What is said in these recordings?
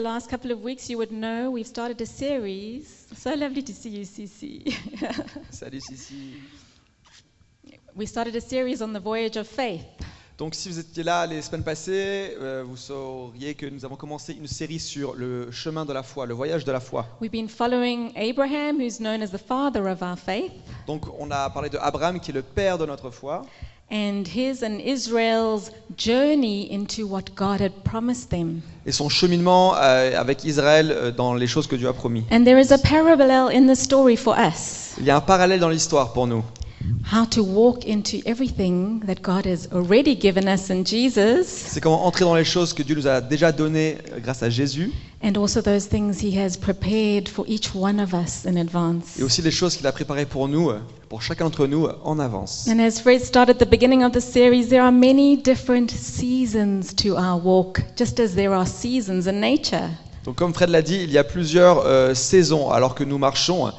The last couple of weeks, you would know we've started a series. So lovely to see you, Cece. Salut Sissi. we started a series on the voyage of faith. Donc si vous étiez là les semaines passées, euh, vous sauriez que nous avons commencé une série sur le chemin de la foi, le voyage de la foi. We've been following Abraham, who's known as the father of our faith, Donc on a parlé de Abraham qui est le père de notre foi and his and Israel's journey into what God had promised them. et son cheminement euh, avec Israël euh, dans les choses que Dieu a promis. And there is a parallel in the story for us Il y a un parallèle dans l'histoire pour nous. how to walk into everything that God has already given us in Jesus, C'est comment entrer dans les choses que Dieu nous a déjà données euh, grâce à Jésus and also those things he has prepared for each one of us in advance. et aussi les choses qu'il a préparées pour nous, euh, pour chacun d'entre nous euh, en avance. And as Fred started at the beginning of the series, there are many different seasons to our walk, just as there are seasons in nature. Donc comme Fred l'a dit, il y a plusieurs euh, saisons alors que nous marchons. euh,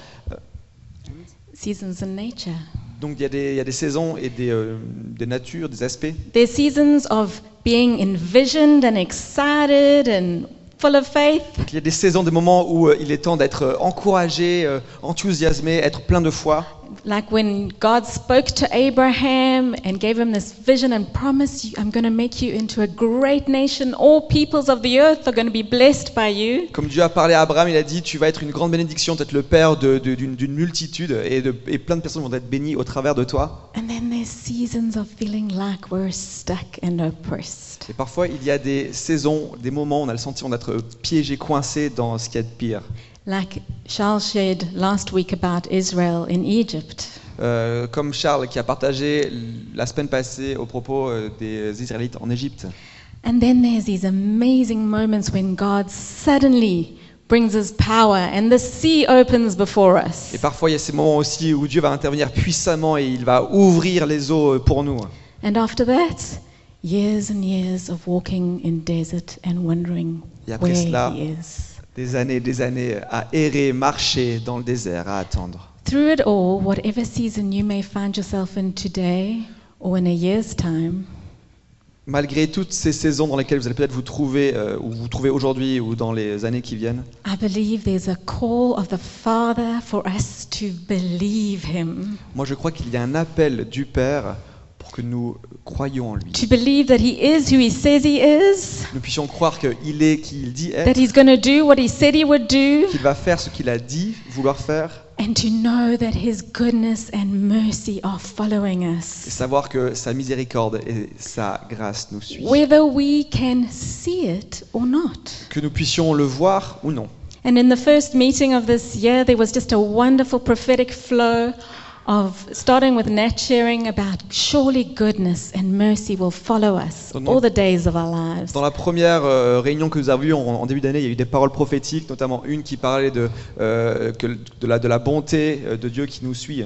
Seasons in nature. Donc il y, a des- il y a des saisons et des, euh, des natures, des aspects. There are seasons of being envisioned and excited and full of faith. Donc il y a des saisons, des moments où euh, il est temps d'être euh, encouragé, euh, enthousiasmé, être plein de foi. Like when God spoke to Abraham and gave him this vision and promised, you, I'm going to make you into a great nation. All peoples of the earth are going to be blessed by you. Comme Dieu a parlé à Abraham, il a dit, tu vas être une grande bénédiction, tu vas être le père de- de- d'une d'une multitude et, de- et plein de personnes vont être bénies au travers de toi. And then there's seasons of feeling like we're stuck and oppressed. Et parfois, il y a des saisons, des moments où on a le sentiment d'être euh, piégé, coincé dans ce qu'il y a de pire. Like Charles shared last week about Israel in Egypt. Euh, comme Charles qui a partagé la semaine passée au propos euh, des Israélites en Égypte. And then there's these amazing moments when God suddenly brings his power and the sea opens before Et us. parfois, il y a ces moments aussi où Dieu va intervenir puissamment et il va ouvrir les eaux pour nous. And after that, years and years of walking in desert and wondering Et après where cela- he is. Des années, des années à errer, marcher dans le désert, à attendre. Through it all, whatever season you may find yourself in today or in a year's time, Malgré toutes ces saisons dans lesquelles vous allez peut-être vous trouver, euh, ou vous trouvez aujourd'hui, ou dans les années qui viennent, I believe there's a call of the Father for us to believe him. moi je crois qu'il y a un appel du Père pour que nous croyions en lui. to believe that he is who he says he is, Nous puissions croire qu'il est qui il dit that être, he's going to do what he said he would do, qu'il va faire ce qu'il a dit vouloir faire, and to know that his goodness and mercy are following et us. savoir que sa miséricorde et sa grâce nous suivent. Whether we can see it or not. Que nous puissions le voir ou non. And in the first meeting of this year, there was just a wonderful prophetic flow of starting with Nat sharing about surely goodness and mercy will follow us Don't know. all the days of our lives. Dans la première euh, réunion que nous avons eue en, en début d'année, il y a eu des paroles prophétiques, notamment une qui parlait de, euh, que- de, la, de la bonté euh, de Dieu qui nous suit.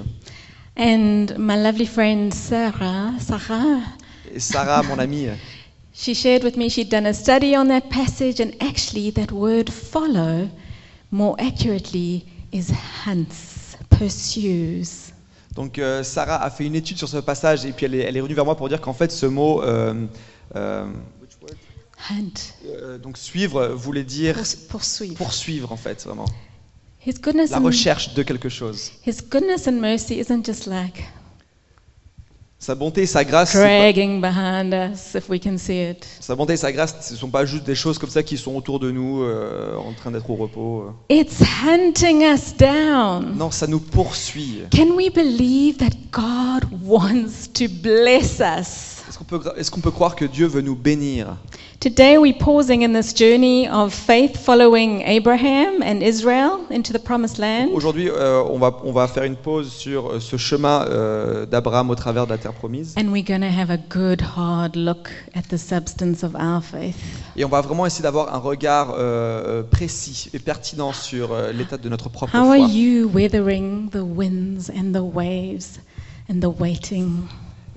And my lovely friend Sarah, Sarah, Et Sarah, mon amie, She shared with me she'd done a study on that passage, and actually, that word follow more accurately is hunts, pursues. donc euh, Sarah a fait une étude sur ce passage et puis elle est, elle est revenue vers moi pour dire qu'en fait ce mot, euh, euh, Hunt, euh, donc suivre, voulait dire purs- pursue. poursuivre en fait, vraiment. His goodness, La and, recherche de quelque chose. his goodness and mercy isn't just like Sa bonté et sa grâce, c'est pas- dragging behind us if we can see it. sa bonté et sa grâce, ce ne sont pas juste des choses comme ça qui sont autour de nous, euh, en train d'être au repos. It's hunting us down. Non, ça nous poursuit. Can we believe that God wants to bless us? Est-ce qu'on peut, est-ce qu'on peut croire que Dieu veut nous bénir Today, we're pausing in this journey of faith following Abraham and Israel into the promised land. Aujourd'hui, euh, on, va, on va faire une pause sur euh, ce chemin euh, d'Abraham au travers de la terre promise. And we're going to have a good, hard look at the substance of our faith. Et on va vraiment essayer d'avoir un regard euh, précis et pertinent sur euh, l'état de notre propre How are foi. you weathering the winds and the waves and the waiting?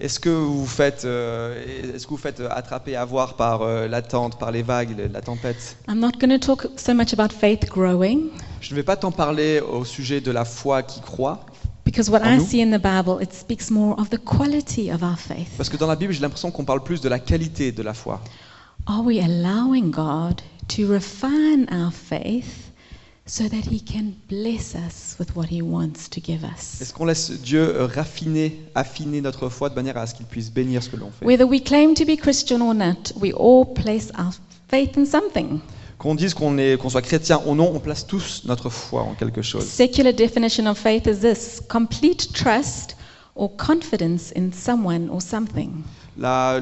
Est-ce que vous faites, euh, est-ce que vous faites attraper, avoir par euh, l'attente, par les vagues, le- la tempête I'm not going to talk so much about faith growing Je ne vais pas t'en parler au sujet de la foi qui croit, because what En I nous. see in the Bible, it speaks more of the quality of our faith. parce que dans la Bible, j'ai l'impression qu'on parle plus de la qualité de la foi. Are we allowing God to refine our faith so that He can bless us with what He wants to give us. Est-ce qu'on laisse Dieu euh, raffiner, affiner notre foi de manière à ce qu'il puisse bénir ce que l'on fait Whether we claim to be Christian or not, we all place our faith in something. Qu'on dise qu'on est- qu'on soit chrétien ou non, on place tous notre foi en quelque chose. Secular definition of faith is this complete trust or confidence in someone or something. La,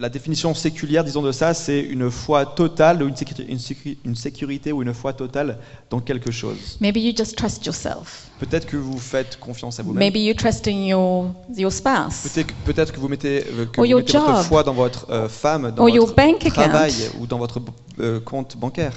la définition séculière, disons de ça, c'est une foi totale, ou une, sécu- une sécu- une sécurité ou une foi totale dans quelque chose. Maybe you just trust yourself. Peut-être que vous faites confiance à vous-même. Maybe you're trusting your, your spouse Peut-être que- peut-être que vous mettez, euh, que Or vous your mettez votre job. foi dans votre euh, femme, dans or your votre bank travail account. ou dans votre euh, compte bancaire.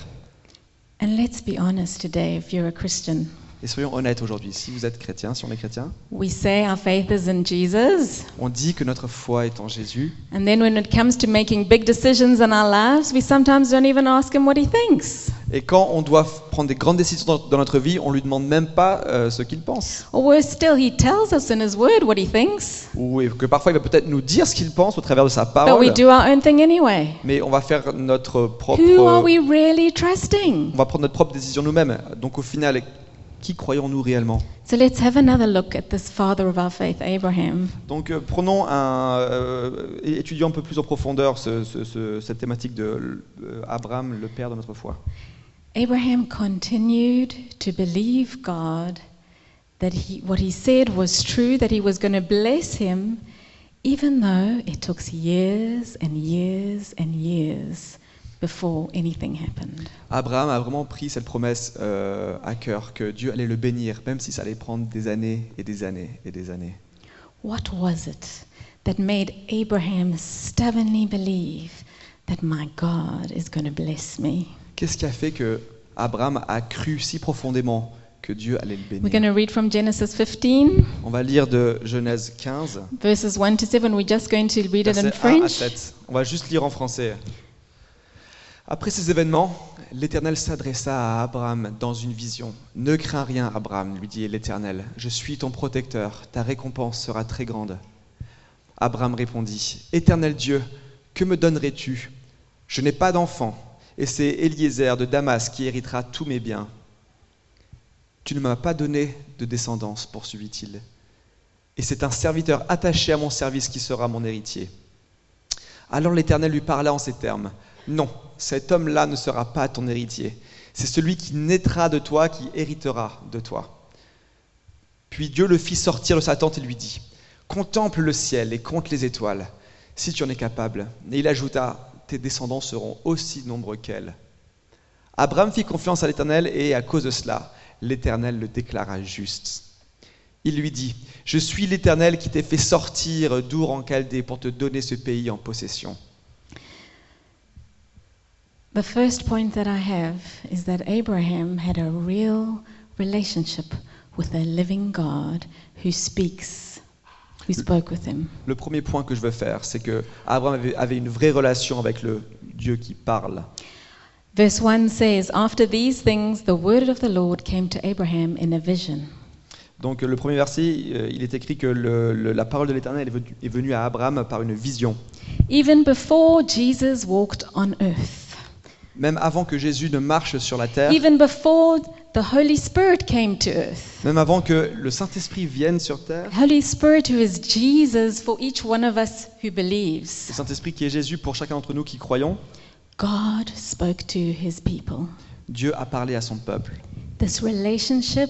And let's be honest today if you're a Christian. Et soyons honnêtes aujourd'hui, si vous êtes chrétien, si on est chrétien, We say our faith is in Jesus, on dit que notre foi est en Jésus, and then when it comes to making big decisions in our lives, we sometimes don't even ask him what he thinks. et quand on doit f- prendre des grandes décisions dans, dans notre vie, on lui demande même pas euh, ce qu'il pense. Or worse still, he tells us in his word what he thinks, Ou et que parfois il va peut-être nous dire ce qu'il pense au travers de sa but we parole, do our own thing anyway. mais on va faire notre propre, Who are on we really trusting? va prendre notre propre décision nous-mêmes. Donc au final, qui croyons-nous réellement So let's have another look at this father of our faith, Abraham. Donc euh, prenons un, euh, et étudions un peu plus en profondeur ce- ce- ce- cette thématique de euh, Abraham, le père de notre foi. Abraham continued to believe God that he, what he said was true, that he was going to bless him, even though it took years and years and years before anything happened. Abraham a vraiment pris cette promesse euh, à cœur que Dieu allait le bénir, même si ça allait prendre des années et des années et des années. What was it that made Abraham stubbornly believe that my God is going to bless me? Qu'est-ce qui a fait que Abraham a cru si profondément que Dieu allait le We're going bénir to read from Genesis 15. On va lire de Genèse 15, verses 1 to 7. We're just going to read it in versets 1 à French. 7. On va juste lire en français. Après ces événements, l'Éternel s'adressa à Abraham dans une vision. Ne crains rien, Abraham, lui dit l'Éternel. Je suis ton protecteur. Ta récompense sera très grande. Abraham répondit Éternel Dieu, que me donnerais-tu Je n'ai pas d'enfant, et c'est Eliezer de Damas qui héritera tous mes biens. Tu ne m'as pas donné de descendance, poursuivit-il. Et c'est un serviteur attaché à mon service qui sera mon héritier. Alors l'Éternel lui parla en ces termes. Non, cet homme-là ne sera pas ton héritier. C'est celui qui naîtra de toi, qui héritera de toi. Puis Dieu le fit sortir de sa tente et lui dit, Contemple le ciel et compte les étoiles, si tu en es capable. Et il ajouta, Tes descendants seront aussi nombreux qu'elles. Abraham fit confiance à l'Éternel et à cause de cela, l'Éternel le déclara juste. Il lui dit, Je suis l'Éternel qui t'ai fait sortir d'Our en Chaldée pour te donner ce pays en possession. The first point that I have is that Abraham had a real relationship with a living God who speaks, who spoke with him. Le premier point que je veux faire, c'est que Abraham avait, avait une vraie relation avec le Dieu qui parle. Verse 1 says, After these things, the word of the Lord came to Abraham in a vision. Donc le premier verset, euh, il est écrit que le- le- la parole de l'Éternel est venue- est venue à Abraham par une vision. Even before Jesus walked on earth, Même avant que Jésus ne marche sur la terre, even before the Holy Spirit came to earth, même avant que le Saint-Esprit vienne sur terre, Holy Spirit, who is Jesus for each one of us who believes. le Saint-Esprit qui est Jésus pour chacun d'entre nous qui croyons, God spoke to his people. Dieu a parlé à son peuple. This relationship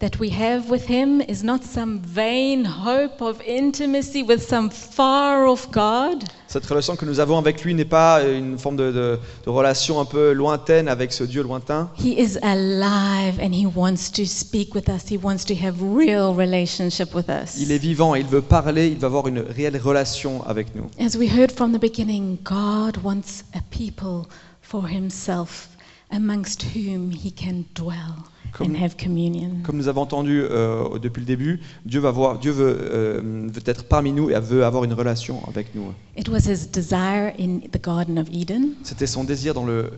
that we have with him is not some vain hope of intimacy with some far off God. Cette relation que nous avons avec lui n'est pas une forme de, de- de relation un peu lointaine avec ce Dieu lointain. He is alive and he wants to speak with us. He wants to have real relationship with us. Il est vivant, il veut parler, il veut avoir une réelle relation avec nous. As we heard from the beginning, God wants a people for himself amongst whom he can dwell Comme- and have communion. Comme nous avons entendu euh, depuis le début, Dieu, va voir, Dieu veut, euh, veut être parmi nous et veut avoir une relation avec nous. It was his desire in the Garden of Eden. C'était son désir dans le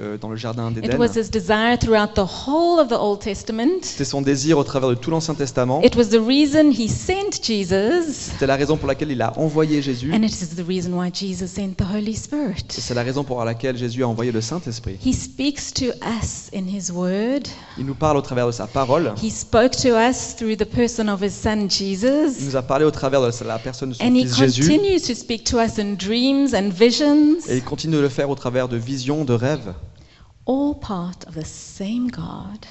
euh, dans le jardin It d'Éden. was his desire throughout the whole of the Old Testament. C'était son désir au travers de tout l'Ancien Testament. It was the reason he sent Jesus, C'était la raison pour laquelle il a envoyé Jésus. and it is the reason why Jesus sent the Holy Et Spirit. c'est la raison pour laquelle Jésus a envoyé le Saint-Esprit. He speaks to us in his word. Il nous parle au travers de sa parole. He spoke to us through the person of his son Il Jesus, nous a parlé au travers de la personne de son and he fils Jésus. continues to speak to us in dreams and visions, Et il continue de le faire au travers de visions, de rêves. all part of the same God,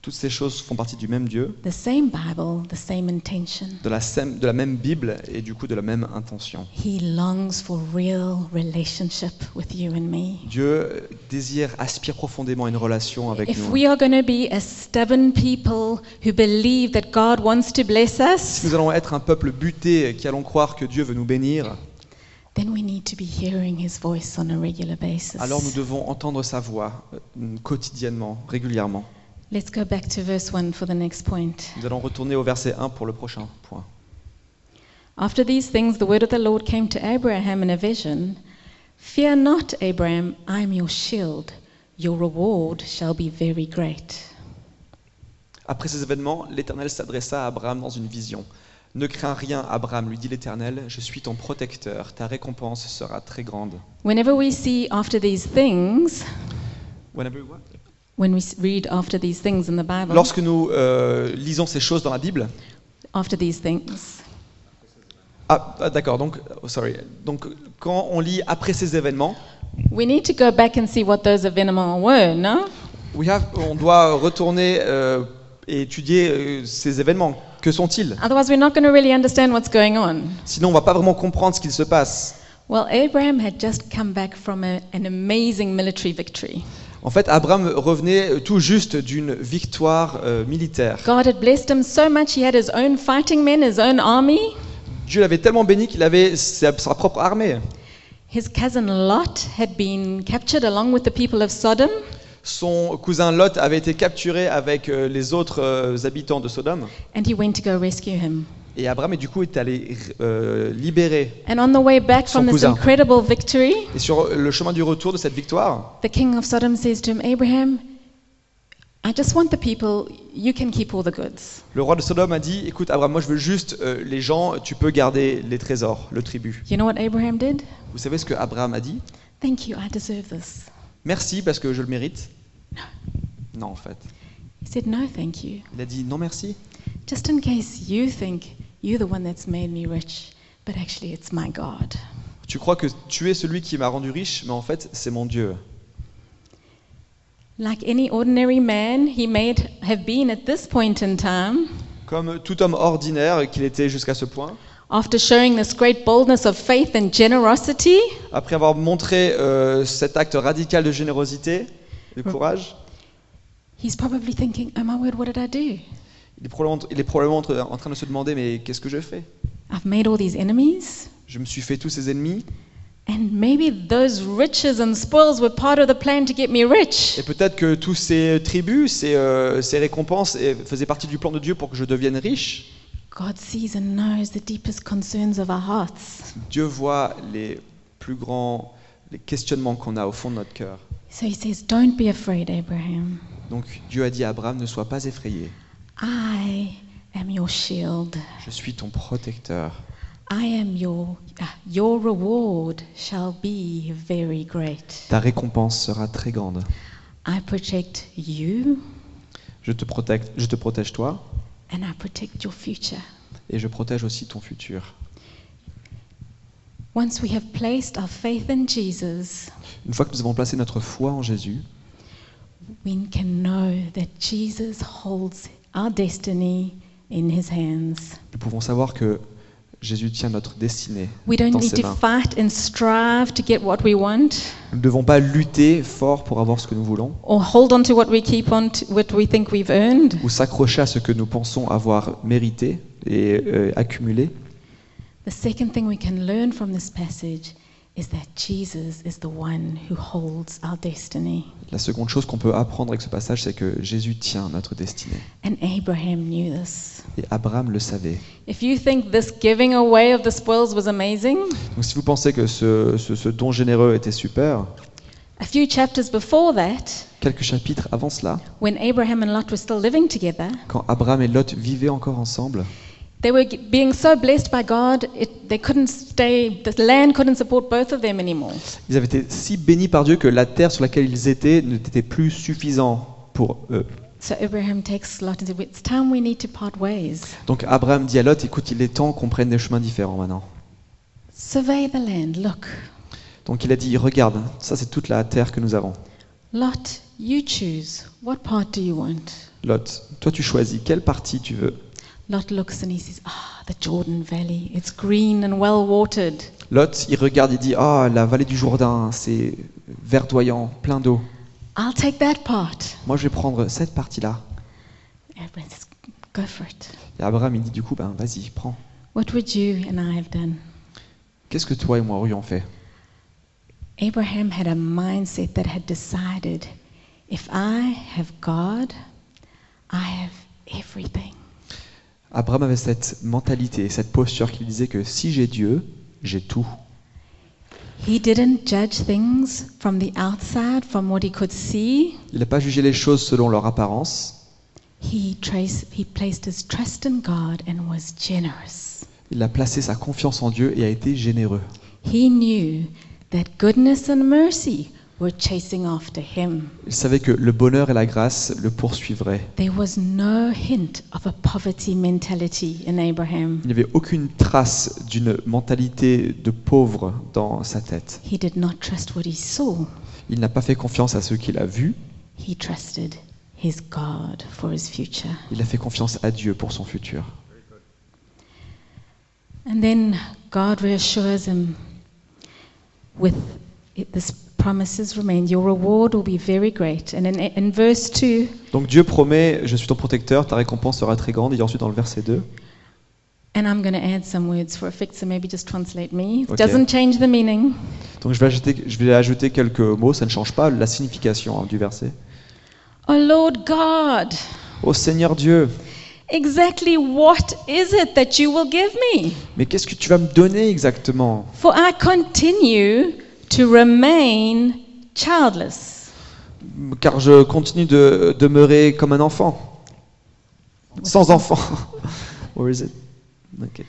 Toutes ces choses font partie du même Dieu, the same Bible, the same intention. de la, sem- de la même Bible et du coup de la même intention. He longs for real relationship with you and me. Dieu euh, désire, aspire profondément à une relation avec If nous. we are going to be a stubborn people who believe that God wants to bless us, Si nous allons être un peuple buté qui allons croire que Dieu veut nous bénir, then we need to be hearing his voice on a regular alors nous basis. devons entendre sa voix euh, quotidiennement, régulièrement. Let's go back to verse 1 for the next point. Nous allons retourner au verset 1 pour le prochain point. After these things, the word of the Lord came to Abraham in a vision Fear not, Abraham, I am your shield. Your reward shall be very great. Après ces événements, l'Éternel s'adressa à Abraham dans une vision. Ne crains rien, Abraham, lui dit l'Éternel, je suis ton protecteur, ta récompense sera très grande. Whenever we see after these things, Whenever what? when we s- read after these things in the Bible, Lorsque nous euh, lisons ces choses dans la Bible, after these things, ah, ah, d'accord, donc, oh, sorry, donc quand on lit après ces événements, we need to go back and see what those événements were, no? we have- on doit retourner euh, et étudier euh, ces événements. Que sont-ils Otherwise, we're not going to really understand what's going on. Sinon, on ne va pas vraiment comprendre ce qu'il se passe. Well, Abraham had just come back from a, an amazing military victory. En fait, Abraham revenait euh, tout juste d'une victoire euh, militaire. God had blessed him so much he had his own fighting men, his own army. Dieu l'avait tellement béni qu'il avait sa, sa propre armée. His cousin Lot had been captured along with the people of Sodom. Son cousin Lot avait été capturé avec euh, les autres euh, habitants de Sodome. And he went to go rescue him. Et Abraham, est du coup, est allé euh, libérer. And on the way back Son from this cousin. incredible victory, Et sur le chemin du retour de cette victoire, the king of Sodom says to him, Abraham, I just want the people, you can keep all the goods. le roi de Sodome a dit Écoute, Abraham, moi je veux juste euh, les gens, tu peux garder les trésors, le tribut. You know what Abraham did? Vous savez ce que Abraham a dit Thank you, I deserve this. Merci parce que je le mérite. Non, en fait. He said, No, thank you. Il a dit Non, merci. Just in case you think you're the one that's made me rich, but actually it's my God. Tu crois que tu es celui qui m'a rendu riche, mais en fait, c'est mon Dieu. Like any ordinary man, he may have been at this point in time, Comme tout homme ordinaire qu'il était jusqu'à ce point, after showing this great boldness of faith and generosity, Après avoir montré euh, cet acte radical de générosité, de courage, he's probably thinking, Oh my word, what did I do? il est probablement, il est probablement entre- en train de se demander mais qu'est-ce que je fais I've made all these enemies, Je me suis fait tous ces ennemis and maybe those riches and spoils were part of the plan to get me rich. et peut-être que tous ces tribus, ces, euh, ces récompenses eh, faisaient partie du plan de Dieu pour que je devienne riche. God sees and knows the deepest concerns of our hearts. Dieu voit les plus grands les questionnements qu'on a au fond de notre cœur. So he says, Don't be afraid, Abraham. Donc Dieu a dit à Abraham ne sois pas effrayé. I am your shield. Je suis ton protecteur. I am your, ah, your reward shall be very great. Ta récompense sera très grande. I protect you Je te protège, je te protège toi and I protect your future. et je protège aussi ton futur. Once we have placed our faith in Jesus, Une fois que nous avons placé notre foi en Jésus, we can know that Jesus holds our destiny in his hands. nous pouvons savoir que Jésus tient notre destinée We don't dans need ses to mains. fight and strive to get what we want Nous ne devons pas lutter fort pour avoir ce que nous voulons or hold on to what we keep on to, what we think we've earned. ou s'accrocher à ce que nous pensons avoir mérité et euh, accumulé. The second thing we can learn from this passage is that Jesus is the one who holds our destiny. La seconde chose qu'on peut apprendre avec ce passage, c'est que Jésus tient notre destinée. And Abraham knew this. Et Abraham le savait. If you think this giving away of the spoils was amazing, Donc si vous pensez que ce, ce- ce don généreux était super, A few chapters before that, Quelques chapitres avant cela, when Abraham and Lot were still living together, quand Abraham et Lot vivaient encore ensemble, they were g- being so blessed by God, it, they couldn't stay, the land couldn't support both of them anymore. ils avaient été si bénis par Dieu que la terre sur laquelle ils étaient n'était plus suffisant pour eux. So Abraham takes Lot and says, It's time we need to part ways. Donc Abraham dit à Lot, écoute, il est temps qu'on prenne des chemins différents maintenant. Survey the land. Look, Donc il a dit, regarde, ça c'est toute la terre que nous avons. Lot, you choose. What part do you want? Lot, toi tu choisis quelle partie tu veux. Lot looks and he says, Ah, the Jordan Valley. It's green and well watered. Lot, il regarde, il dit, ah, la vallée du Jourdain, c'est verdoyant, plein d'eau. I'll take that part. Moi je vais prendre cette partie-là. Abraham says, Go for it. Et Abraham, il dit, du coup, ben vas-y, prends. What would you and I have done? Qu'est-ce que toi et moi aurions fait Abraham had a mindset that had decided if I have God, I have everything. Abraham avait cette mentalité, cette posture qui disait que si j'ai Dieu, j'ai tout. He didn't judge things from the outside, from what he could see. Il n'a pas jugé les choses selon leur apparence, He, trace, he placed his trust in God and was generous. il a placé sa confiance en Dieu et a été généreux. He knew that goodness and mercy were chasing after him. Il savait que le bonheur et la grâce le poursuivraient. There was no hint of a poverty mentality in Abraham. Il n'y avait aucune trace d'une mentalité de pauvre dans sa tête. He did not trust what he saw. Il n'a pas fait confiance à ce qu'il a vu, He trusted his God for his future. il a fait confiance à Dieu pour son futur. And then God reassures him with it, this promises remain. Your reward will be very great. And in, in verse 2, Donc Dieu promet, je suis ton protecteur, ta récompense sera très grande. Et ensuite dans le verset 2, and I'm going to add some words for effect, so maybe just translate me. It Okay. doesn't change the meaning. donc je vais, ajouter, je vais ajouter quelques mots, ça ne change pas la signification hein, du verset. Oh Lord God, Ô Seigneur Dieu, exactly what is it that you will give me? mais qu'est-ce que tu vas me donner exactement For I continue to remain childless. Car je continue de demeurer comme un enfant. Sans enfant. Where is it? Ok.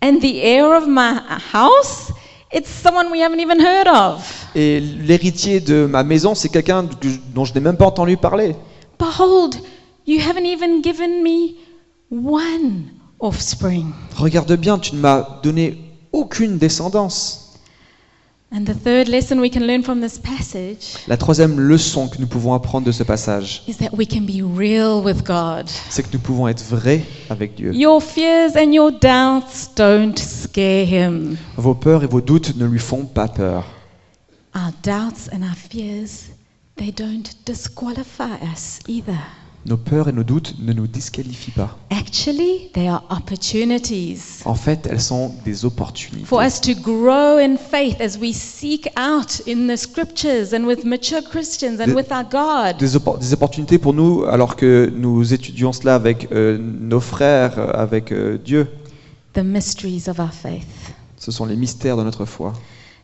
And the heir of my house, it's someone we haven't even heard of. Et l'héritier de ma maison, c'est quelqu'un que je- dont je n'ai même pas entendu parler. Behold, you haven't even given me one offspring. Regarde bien, tu ne m'as donné aucune descendance. And the third lesson we can learn from this passage La troisième leçon que nous pouvons apprendre de ce passage, is that we can be real with God. c'est que nous pouvons être vrais avec Dieu. Your fears and your doubts don't scare him. Vos peurs et vos doutes ne lui font pas peur. Our doubts and our fears, they don't disqualify us either. Nos peurs et nos doutes ne nous disqualifient pas. Actually, they are opportunities En fait, elles sont des opportunités. for us to grow in faith as we seek out in the scriptures and with mature Christians and The- with our God. des, oppor- des opportunités pour nous alors que nous étudions cela avec euh, nos frères, euh, avec euh, Dieu. the mysteries of our faith. Ce sont les mystères de notre foi.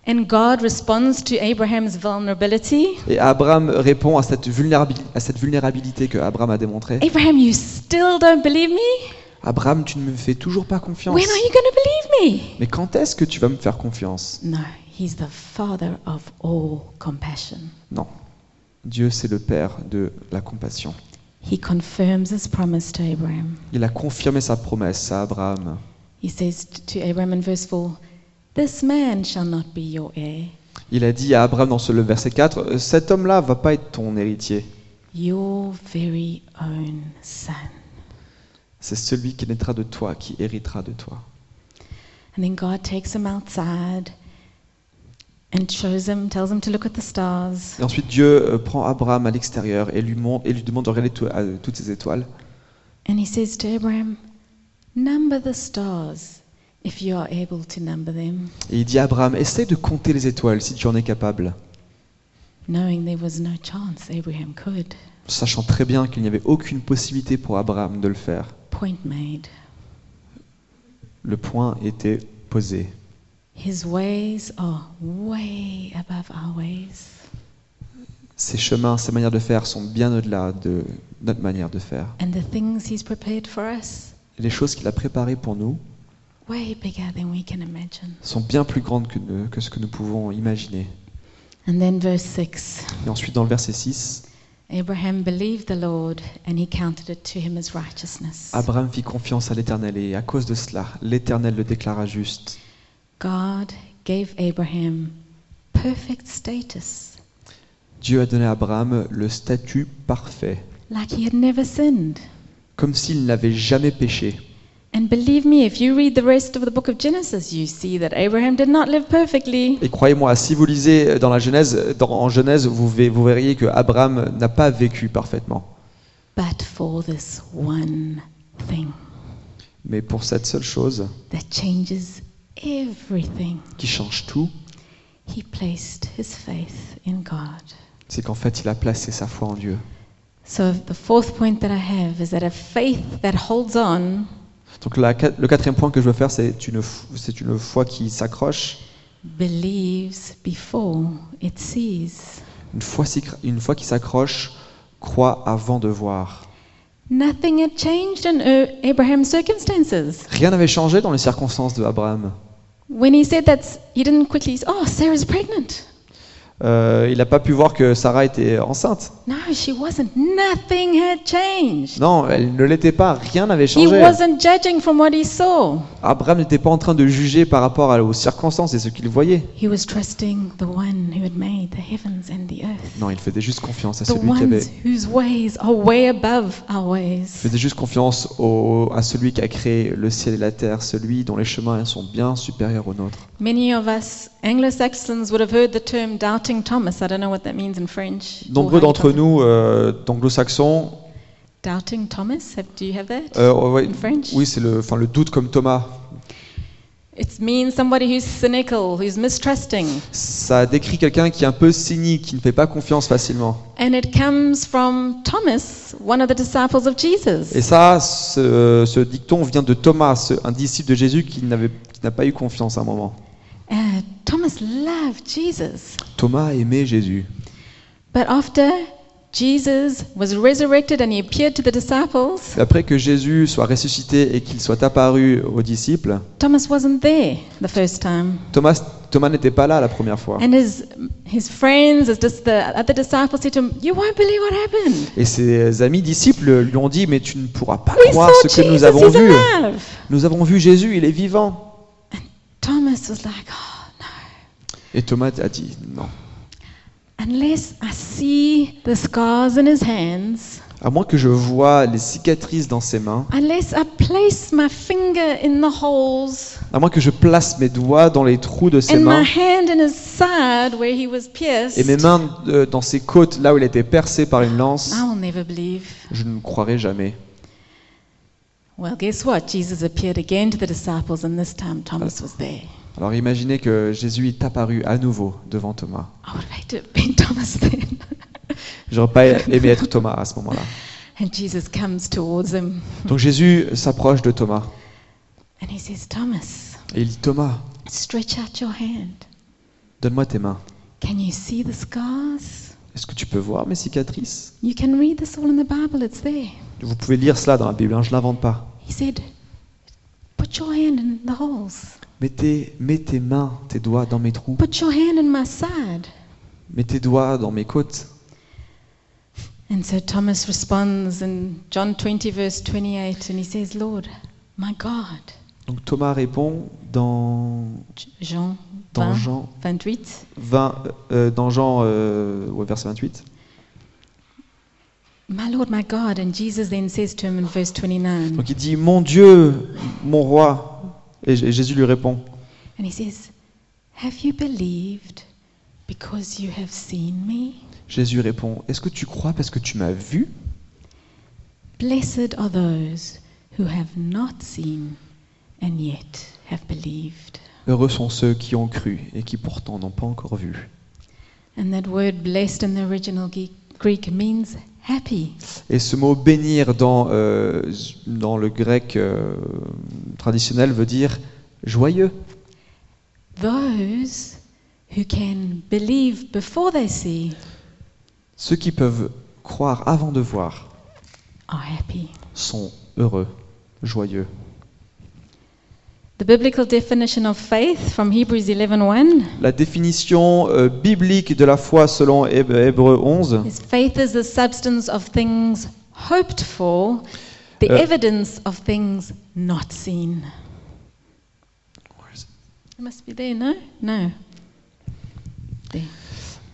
And God responds to Abraham's vulnerability. Et Abraham répond à cette, vulnérabil- à cette vulnérabilité que Abraham a démontrée. Abraham, you still don't believe me? Abraham, tu ne me fais toujours pas confiance. When are you going to believe me? Mais quand est-ce que tu vas me faire confiance No, he's the father of all compassion. Non. Dieu, c'est le Père de la compassion. He confirms his promise to Abraham. Il a confirmé sa promesse à Abraham. He says t- to Abraham in verse 4, This man shall not be your heir. Il a dit à Abraham dans ce- le verset 4, Cet homme-là va pas être ton héritier. Your very own son. C'est celui qui naîtra de toi, qui héritera de toi. And then God takes him outside and shows him, tells him to look at the stars. Et ensuite, Dieu euh, prend Abraham à l'extérieur et lui, mon- et lui demande de regarder tout- à- toutes ces étoiles. And he says to Abraham, Number the stars if you are able to number them, Et il dit à Abraham, essaie de compter les étoiles si tu en es capable, knowing there was no chance Abraham could. sachant très bien qu'il n'y avait aucune possibilité pour Abraham de le faire. Point made. Le point était posé. His ways are way above our ways. Ses chemins, ses manières de faire sont bien au-delà de notre manière de faire. and the things He's prepared for us, Les choses qu'il a préparées pour nous way bigger than we can imagine. sont bien plus grandes que, nous- que ce que nous pouvons imaginer. And then, verse 6 Et ensuite, dans le verset 6, Abraham believed the Lord, and He counted it to him as righteousness. Abraham fit confiance à l'Éternel et à cause de cela, l'Éternel le déclara juste. God gave Abraham perfect status, Dieu a donné à Abraham le statut parfait, like he had never sinned. comme s'il n'avait jamais péché. And believe me, if you read the rest of the book of Genesis, you see that Abraham did not live perfectly. Et croyez-moi, si vous lisez dans la Genèse, dans- en Genèse, vous, ve- vous verriez que Abraham n'a pas vécu parfaitement. But for this one thing Mais pour cette seule chose that changes everything, qui change tout, he placed his faith in God. c'est qu'en fait, il a placé sa foi en Dieu. So the fourth point that I have is that a faith that holds on Donc la quat- le quatrième point que je veux faire, c'est une, f- c'est une foi qui s'accroche, believes before it sees. une foi, si- une foi qui s'accroche, croit avant de voir. Nothing had changed in uh, Abraham's circumstances. Rien n'avait changé dans les circonstances de Abraham. When he said that, he didn't quickly say, Oh, Sarah's pregnant. Euh, il n'a pas pu voir que Sarah était enceinte. No, she wasn't. Nothing had changed. Non, elle ne l'était pas. Rien n'avait He changé. wasn't judging from what he saw. Abraham n'était pas en train de juger par rapport à- aux circonstances et ce qu'il voyait. He was trusting the one who had made the heavens and the earth. Non, il faisait juste confiance à The celui qui avait. ones whose ways are way above our Il ways. faisait juste confiance au- à celui qui a créé le ciel et la terre, celui dont les chemins sont bien supérieurs aux nôtres. Many of us Anglo Saxons would have heard the term doubting Thomas. I don't know what that means in French. or how Nombreux you d'entre pronounce nous, euh, d'anglo-saxons, it. Doubting Thomas? Have, do you have that? euh, ouais, In French? oui, c'est le, enfin, le doute comme Thomas. It means somebody who's cynical, who's mistrusting. Ça décrit quelqu'un qui est un peu cynique, qui ne fait pas confiance facilement. And it comes from Thomas, one of the disciples of Jesus. Et ça, ce, ce dicton vient de Thomas, ce- un disciple de Jésus qui n'avait- qui n'a pas eu confiance à un moment. Uh, Thomas loved Jesus. Thomas aimait Jésus. But after Jesus was resurrected and he appeared to the disciples, Après que Jésus soit ressuscité et qu'il soit apparu aux disciples, Thomas wasn't there the first time. Thomas, Thomas n'était pas là la première fois. And his, his friends, his, dis- the other disciples said to him, You won't believe what happened. Et ses amis disciples lui ont dit, mais tu ne pourras pas We croire saw ce que Jesus, nous avons he's vu. alive. Nous avons vu Jésus, il est vivant. Thomas was like, Oh, no. Et Thomas a dit, non. Unless I see the scars in his hands, À moins que je vois les cicatrices dans ses mains, unless I place my finger in the holes, à moins que je place mes doigts dans les trous de ses and my mains, hand in his side where he was pierced, et mes mains euh, dans ses côtes, là où il a été percé par une lance, I will never believe. je ne croirai jamais. Well, guess what? Jesus appeared again to the disciples, and this time Thomas was there. Alors imaginez que Jésus est apparu à nouveau devant Thomas. I would have liked to have been Thomas then. J'aurais pas aimé être Thomas à ce moment-là. and Jesus comes towards him Donc Jésus s'approche de Thomas and he says, Thomas, et il dit Thomas, stretch out your hand. donne-moi tes mains. Can you see the scars? Est-ce que tu peux voir mes cicatrices You can read this all in the Bible, it's there. Vous pouvez lire cela dans la Bible, hein, je l'invente pas. He said, Put your hand in the holes, Mets tes, mets tes mains, tes doigts dans mes trous, put your hand in my side. mets tes doigts dans mes côtes. And so Thomas responds in John 20, verse 28, and he says, Lord, my God. Donc Thomas répond dans Jean Dans 20, Jean. 28. 20, euh, dans Jean euh, ouais, verset 28. My Lord, my God. And Jesus then says to him in verse 29, Donc il dit Mon Dieu, mon roi. Et J- Jésus lui répond and he says, Have you believed because you have seen me? Jésus répond Est-ce que tu crois parce que tu m'as vu Blessed are those who have not seen and yet have believed. Heureux sont ceux qui ont cru et qui pourtant n'ont pas encore vu. And that word blessed in the original Ge- Greek means happy. Et ce mot bénir dans, euh, dans le grec euh, traditionnel veut dire joyeux. Those who can believe before they see Ceux qui peuvent croire avant de voir are happy. sont heureux, joyeux. The biblical definition of faith from Hebrews 11:1 La définition euh, biblique de la foi selon Héb- Hébreux 11, is faith is the substance of things hoped for, the Uh, evidence of things not seen. It must be there, no? No. There.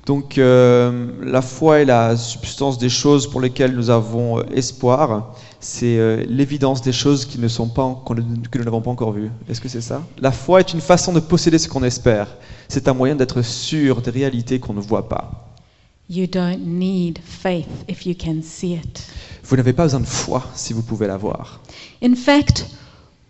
donc euh, la foi est la substance des choses pour lesquelles nous avons euh, espoir, c'est euh, l'évidence des choses qui ne sont pas, en- qu'on ne- que nous n'avons pas encore vues. Est-ce que c'est ça La foi est une façon de posséder ce qu'on espère. C'est un moyen d'être sûr des réalités qu'on ne voit pas. You don't need faith if you can see it. Vous n'avez pas besoin de foi si vous pouvez la voir. In fact,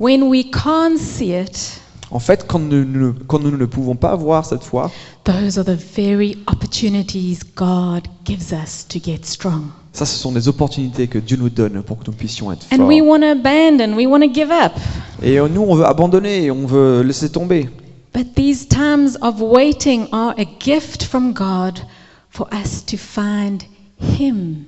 when we can't see it, En fait, quand nous, nous- quand nous ne pouvons pas voir cette foi, those are the very opportunities God gives us to get strong. ça, ce sont des opportunités que Dieu nous donne pour que nous puissions être And we forts. want to abandon, we want to give up. Et euh, nous, on veut abandonner, on veut laisser tomber. But these times of waiting are a gift from God for us to find Him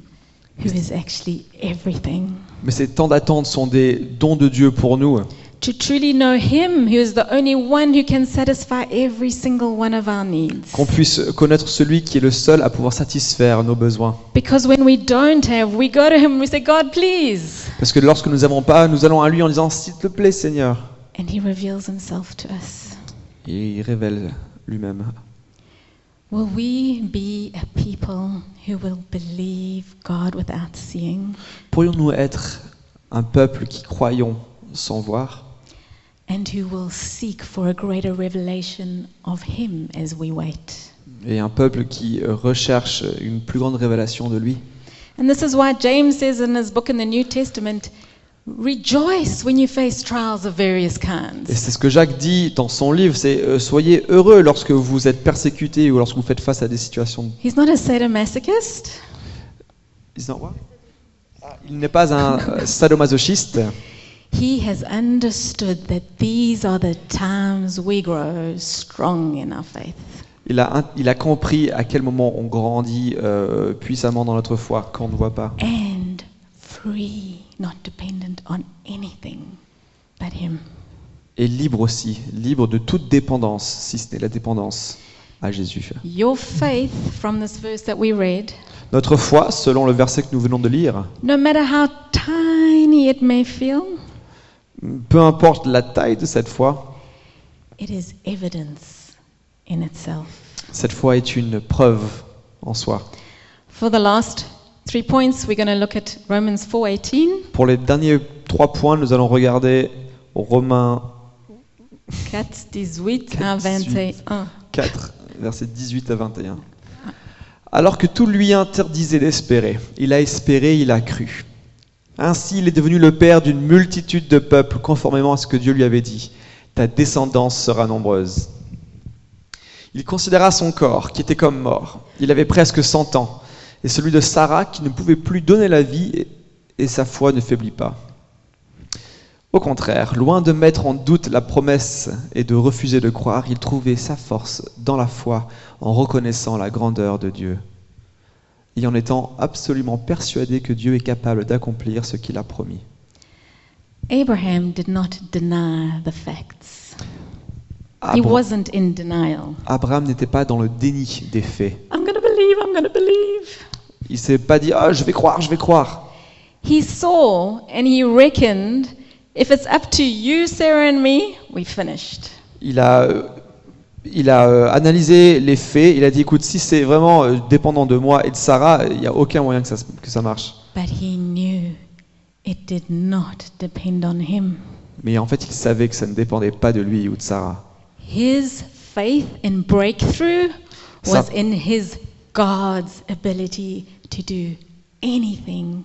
who is actually everything. Mais ces temps d'attente sont des dons de Dieu pour nous, To truly know Him who is the only one who can satisfy every single one of our needs. qu'on puisse connaître celui qui est le seul à pouvoir satisfaire nos besoins. Because when we don't have, we go to Him, we say, God, please. Parce que lorsque nous n'avons pas, nous allons à lui en disant S'il te plaît, Seigneur. And He reveals Himself to us. Et il révèle lui-même. Will we be a people who will believe God without seeing Pourrions-nous être un peuple qui croyons sans voir and who will seek for a greater revelation of Him as we wait? et un peuple qui euh, recherche une plus grande révélation de lui And this is why James says in his book in the New Testament, rejoice when you face trials of various Et kinds. c'est ce que Jacques dit dans son livre, c'est euh, soyez heureux lorsque vous êtes persécutés ou lorsque vous faites face à des situations. He's not a sadomasochist, He's not what? Ah, Il n'est pas un euh, sadomasochiste. he has understood that these are the times we grow strong in our faith. Il a, un- il a compris à quel moment on grandit euh, puissamment dans notre foi quand on ne voit pas. and free, not dependent on anything but Him. Et libre aussi, libre de toute dépendance, si ce n'est la dépendance à Jésus. Your faith from this verse that we read, Notre foi, selon le verset que nous venons de lire, no matter how tiny it may feel, peu importe la taille de cette foi, it is evidence in itself. cette foi est une preuve en soi. For the last three points, we're going to look at Romans 4:18. Pour les derniers trois points, nous allons regarder Romains 4, 18, 1, 18. 21. 4, versets 18 à 21. Alors que tout lui interdisait d'espérer, il a espéré, il a cru. Ainsi, il est devenu le père d'une multitude de peuples, conformément à ce que Dieu lui avait dit. Ta descendance sera nombreuse. Il considéra son corps, qui était comme mort. Il avait presque 100 ans, et celui de Sarah, qui ne pouvait plus donner la vie, et- et sa foi ne faiblit pas. Au contraire, loin de mettre en doute la promesse et de refuser de croire, il trouvait sa force dans la foi en reconnaissant la grandeur de Dieu et en étant absolument persuadé que Dieu est capable d'accomplir ce qu'il a promis. Abraham did not deny the facts. He Abra- wasn't in denial. Abraham n'était pas dans le déni des faits. I'm going to believe, I'm going to believe. Il s'est pas dit ah je vais croire, je vais croire. He saw and he reckoned, if it's up to you, Sarah, and me, we finished. Il a euh, il a euh, analysé les faits, il a dit écoute si c'est vraiment euh, dépendant de moi et de Sarah, il n'y a aucun moyen que ça se- que ça marche. But he knew it did not depend on him. Mais en fait, il savait que ça ne dépendait pas de lui ou de Sarah. His faith in breakthrough was Sa- in his God's ability to do anything,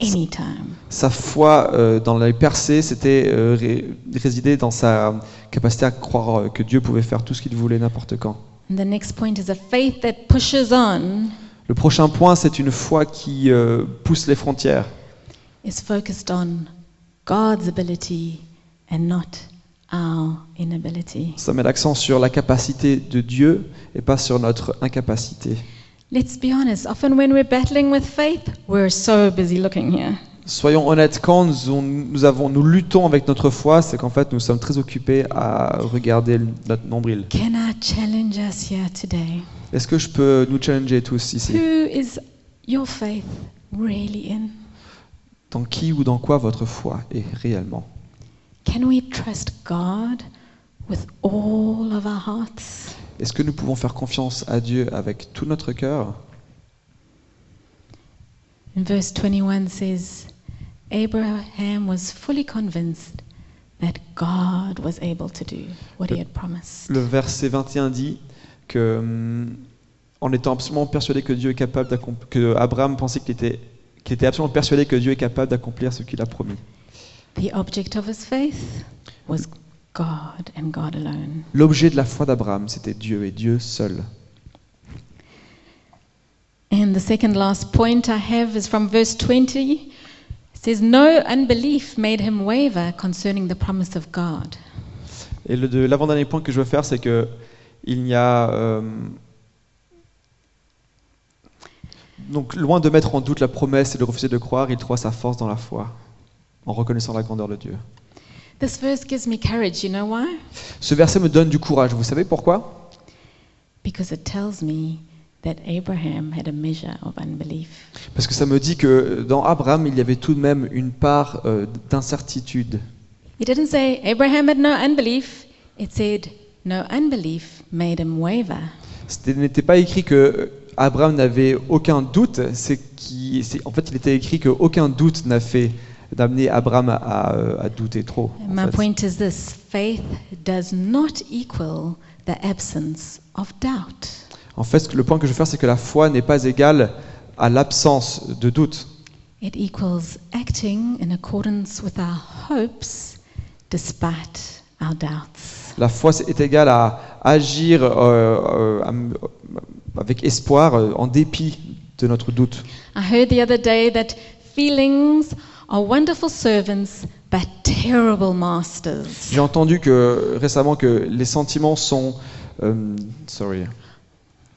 anytime. Sa foi euh, dans les percées, c'était euh, ré- résidait dans sa capacité à croire euh, que Dieu pouvait faire tout ce qu'il voulait n'importe quand. And the next point is a faith that pushes on, Le prochain point, c'est une foi qui euh, pousse les frontières, is focused on God's ability and not our inability. ça met l'accent sur la capacité de Dieu et pas sur notre incapacité. Let's be honest, often when we're battling with faith, we're so busy looking here. Soyons honnêtes, quand nous, on- nous avons, nous luttons avec notre foi, c'est qu'en fait nous sommes très occupés à regarder notre nombril. Can I challenge us here today? Est-ce que je peux nous challenger tous ici Who is your faith really in? Dans qui ou dans quoi votre foi est réellement Can we trust God with all of our hearts? Est-ce que nous pouvons faire confiance à Dieu avec tout notre cœur And verse 21 says, Abraham was fully convinced that God was able to do what he had promised. Le verset 21 dit que, hum, en étant absolument persuadé que Dieu est capable d'accomplir, que Abraham pensait qu'il était, qu'il était absolument persuadé que Dieu est capable d'accomplir ce qu'il a promis. The object of his faith was God and God alone. L'objet de la foi d'Abraham, c'était Dieu et Dieu seul. And the second last point I have is from verse 20. It says, No unbelief made him waver concerning the promise of God. Et le de- l'avant-dernier point que je veux faire, c'est que il n'y a euh, donc loin de mettre en doute la promesse et de refuser de croire, il trouve sa force dans la foi en reconnaissant la grandeur de Dieu. This verse gives me courage. You know why? Ce verset me donne du courage. Vous savez pourquoi Because it tells me that Abraham had a measure of unbelief. Parce que ça me dit que dans Abraham, il y avait tout de même une part euh, d'incertitude. He didn't say Abraham had no unbelief. It said no unbelief made him waver. C'était- n'était pas écrit que Abraham n'avait aucun doute, c'est qui, c'est- en fait, il était écrit que aucun doute n'a fait d'amener Abraham à, à- à douter trop. en My fait. point is this faith does not equal the absence of doubt. En fait, ce que- le point que je veux faire, c'est que la foi n'est pas égale à l'absence de doute. It equals acting in accordance with our hopes despite our doubts. La foi c'est- est égale à agir euh, euh, am- avec espoir euh, en dépit de notre doute. I heard the other day that feelings are wonderful servants but terrible masters. J'ai entendu que récemment que les sentiments sont, euh, sorry,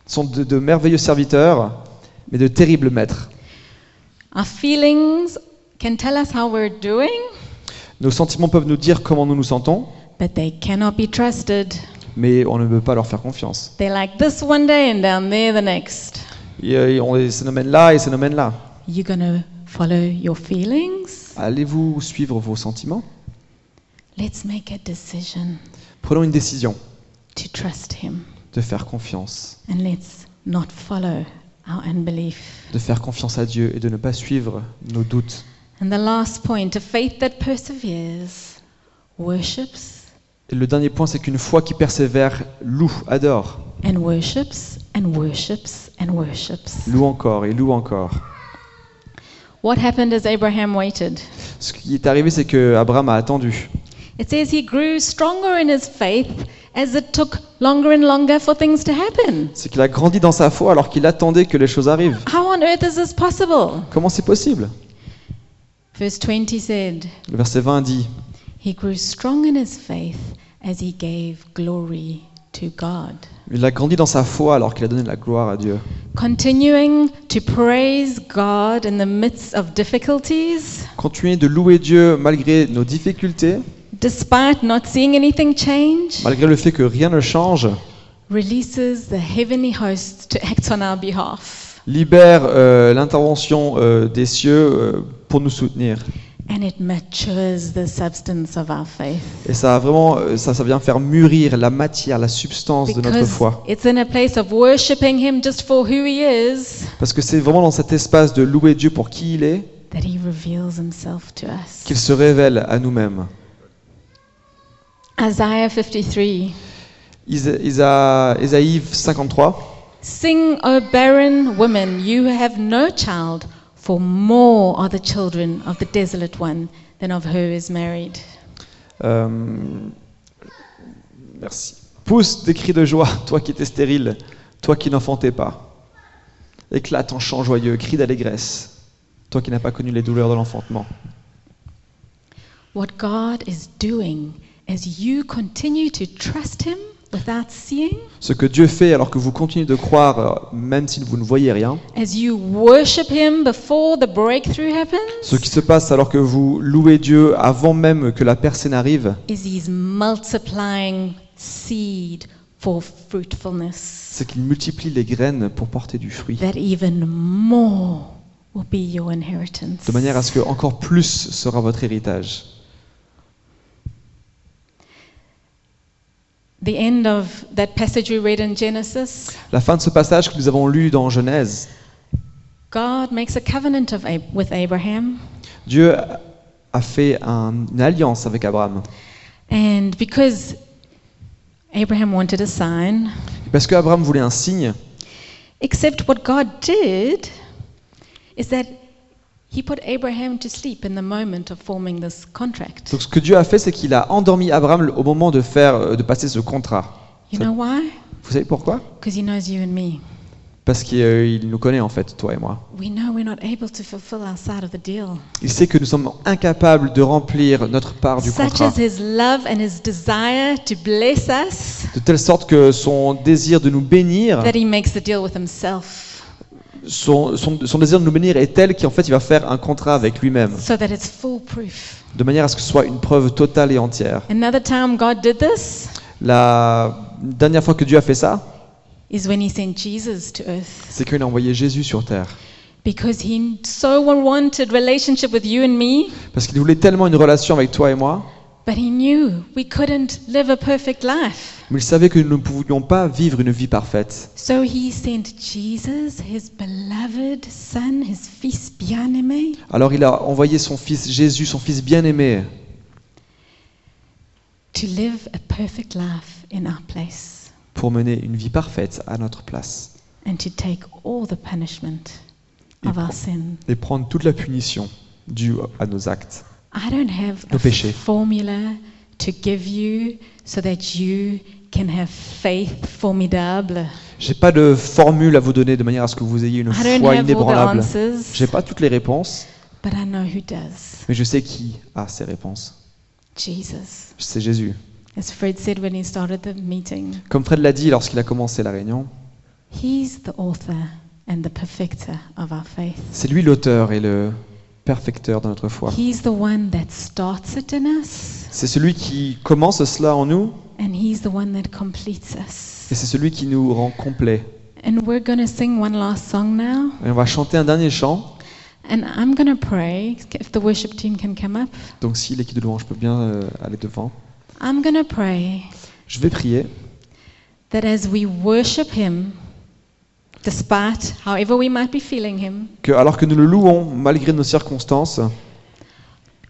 sont de, de merveilleux serviteurs, mais de terribles maîtres. Our feelings can tell us how we're doing, Nos sentiments peuvent nous dire comment nous nous sentons, but they cannot be trusted. mais on ne peut pas leur faire confiance. They're like this one day and down there the next. Et, euh, on les phénomènes là et ces phénomènes là. You're going to follow your feelings? Allez-vous suivre vos sentiments Let's make a decision Prenons une décision. to trust Him de faire confiance, and let's not follow our unbelief. de faire confiance à Dieu et de ne pas suivre nos doutes. And the last point a faith that perseveres, worships Et le dernier point, c'est qu'une foi qui persévère loue, adore, and worships and worships and worships. loue encore et loue encore. What happened as Abraham waited? Ce qui est arrivé, c'est que Abraham a attendu. It says he grew stronger in his faith as it took longer and longer for things to happen. C'est qu'il a grandi dans sa foi alors qu'il attendait que les choses arrivent. How on earth is this possible? Comment c'est possible Verse 20 said, Le verset 20 dit He grew strong in his faith as he gave glory to God, Il a grandi dans sa foi alors qu'il a donné de la gloire à Dieu. continuing to praise God in the midst of difficulties, Continuer de louer Dieu malgré nos difficultés, despite not seeing anything change, malgré le fait que rien ne change, releases the heavenly hosts to act on our behalf, libère euh, l'intervention euh, des cieux euh, pour nous soutenir. and it matures the substance of our faith. Et ça a vraiment, euh, ça, ça vient faire mûrir la matière, la substance de notre Because foi. it's in a place of worshipping Him just for who He is Parce que c'est vraiment dans cet espace de louer Dieu pour qui il est that He reveals Himself to us. qu'il se révèle à nous-mêmes. Isaiah 53. Isa- Isa- Ésaïe 53. Sing, O barren women, you who have no child, for more are the children of the desolate one than of her is married. euh, merci. Pousse des cris de joie, toi qui étais stérile, toi qui n'enfantais pas. Éclate en chants joyeux, cris d'allégresse, toi qui n'as pas connu les douleurs de l'enfantement. What God is doing as you continue to trust Him without seeing, Ce que Dieu fait alors que vous continuez de croire, euh, même si vous ne voyez rien, as you worship Him before the breakthrough ce happens, qui se passe alors que vous louez Dieu avant même que la personne arrive, is He's multiplying seed for fruitfulness, c'est qu'il multiplie les graines pour porter du fruit. that even more will be your inheritance. De manière à ce que encore plus sera votre héritage. The end of that passage we read in Genesis, La fin de ce passage que nous avons lu dans Genèse, God makes a covenant of Ab- with Abraham. Dieu a fait un- une alliance avec Abraham. And because Abraham wanted a sign, Parce qu'Abraham voulait un signe, except what God did is that he put Abraham to sleep in the moment of forming this contract. donc ce que Dieu a fait, c'est qu'il a endormi Abraham au moment de, faire, euh, de passer ce contrat. You know why? Vous savez pourquoi Because he knows you and me. Parce qu'il euh, il nous connaît en fait, toi et moi. We know we're not able to fulfill our side of the deal. Il sait que nous sommes incapables de remplir notre part du Such contrat. is his love and his desire to bless us De telle sorte que son désir de nous bénir, that he makes the deal with himself son, son- son désir de nous bénir est tel qu'en fait il va faire un contrat avec lui-même, so that it's foolproof. de manière à ce que ce soit une preuve totale et entière. Another time God did this La dernière fois que Dieu a fait ça, is when he sent Jesus to earth. c'est qu'il a envoyé Jésus sur terre. Because he so wanted relationship with you and me, Parce qu'il voulait tellement une relation avec toi et moi, but he knew we couldn't live a perfect life. mais il savait que nous ne pouvions pas vivre une vie parfaite. So he sent Jesus, his beloved son, his fils bien-aimé, Alors il a envoyé son fils Jésus, son fils bien-aimé, to live a perfect life in our place pour mener une vie parfaite à notre place and to take all the punishment of our sin. et prendre toute la punition due à nos actes. I don't have Nos a péchés. formula to give you so that you can have faith formidable. J'ai pas de formule à vous donner de manière à ce que vous ayez une I don't foi have all the inébranlable. answers, J'ai pas toutes les réponses, but I know who does. mais je sais qui a ces réponses. Jesus. C'est Jésus. As Fred said when he started the meeting, Comme Fred l'a dit lorsqu'il a commencé la réunion, he's the author and the perfecter of our faith. c'est lui l'auteur et le perfecteur de notre foi. He's the one that starts it in us, C'est celui qui commence cela en nous and he's the one that completes us. et c'est celui qui nous rend complet. And we're going to sing one last song now, Et on va chanter un dernier chant. and I'm going to pray. If the worship team can come up, Donc si l'équipe de louange peut bien euh, aller devant, I'm going to pray je vais prier that as we worship him, despite however we might be feeling him, que alors que nous le louons malgré nos circonstances,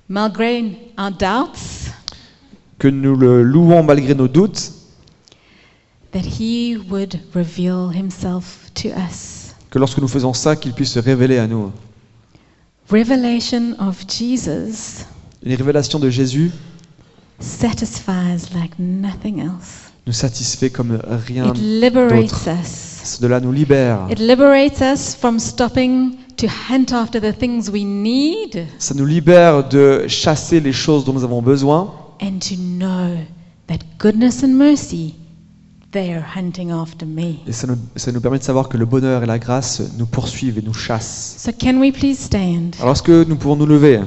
malgré our doubts, que nous le louons malgré nos doutes, that he would reveal himself to us. que lorsque nous faisons ça, qu'il puisse se révéler à nous. Revelation of Jesus Une révélation de Jésus satisfies like nothing else. nous satisfait comme rien it liberates d'autre. us. Cela nous libère. It liberates us from stopping to hunt after the things we need Ça nous libère de chasser les choses dont nous avons besoin and to know that goodness and mercy, they are hunting after me. et ça nous, ça nous permet de savoir que le bonheur et la grâce nous poursuivent et nous chassent. So, can we please stand? Alors est-ce que nous pouvons nous lever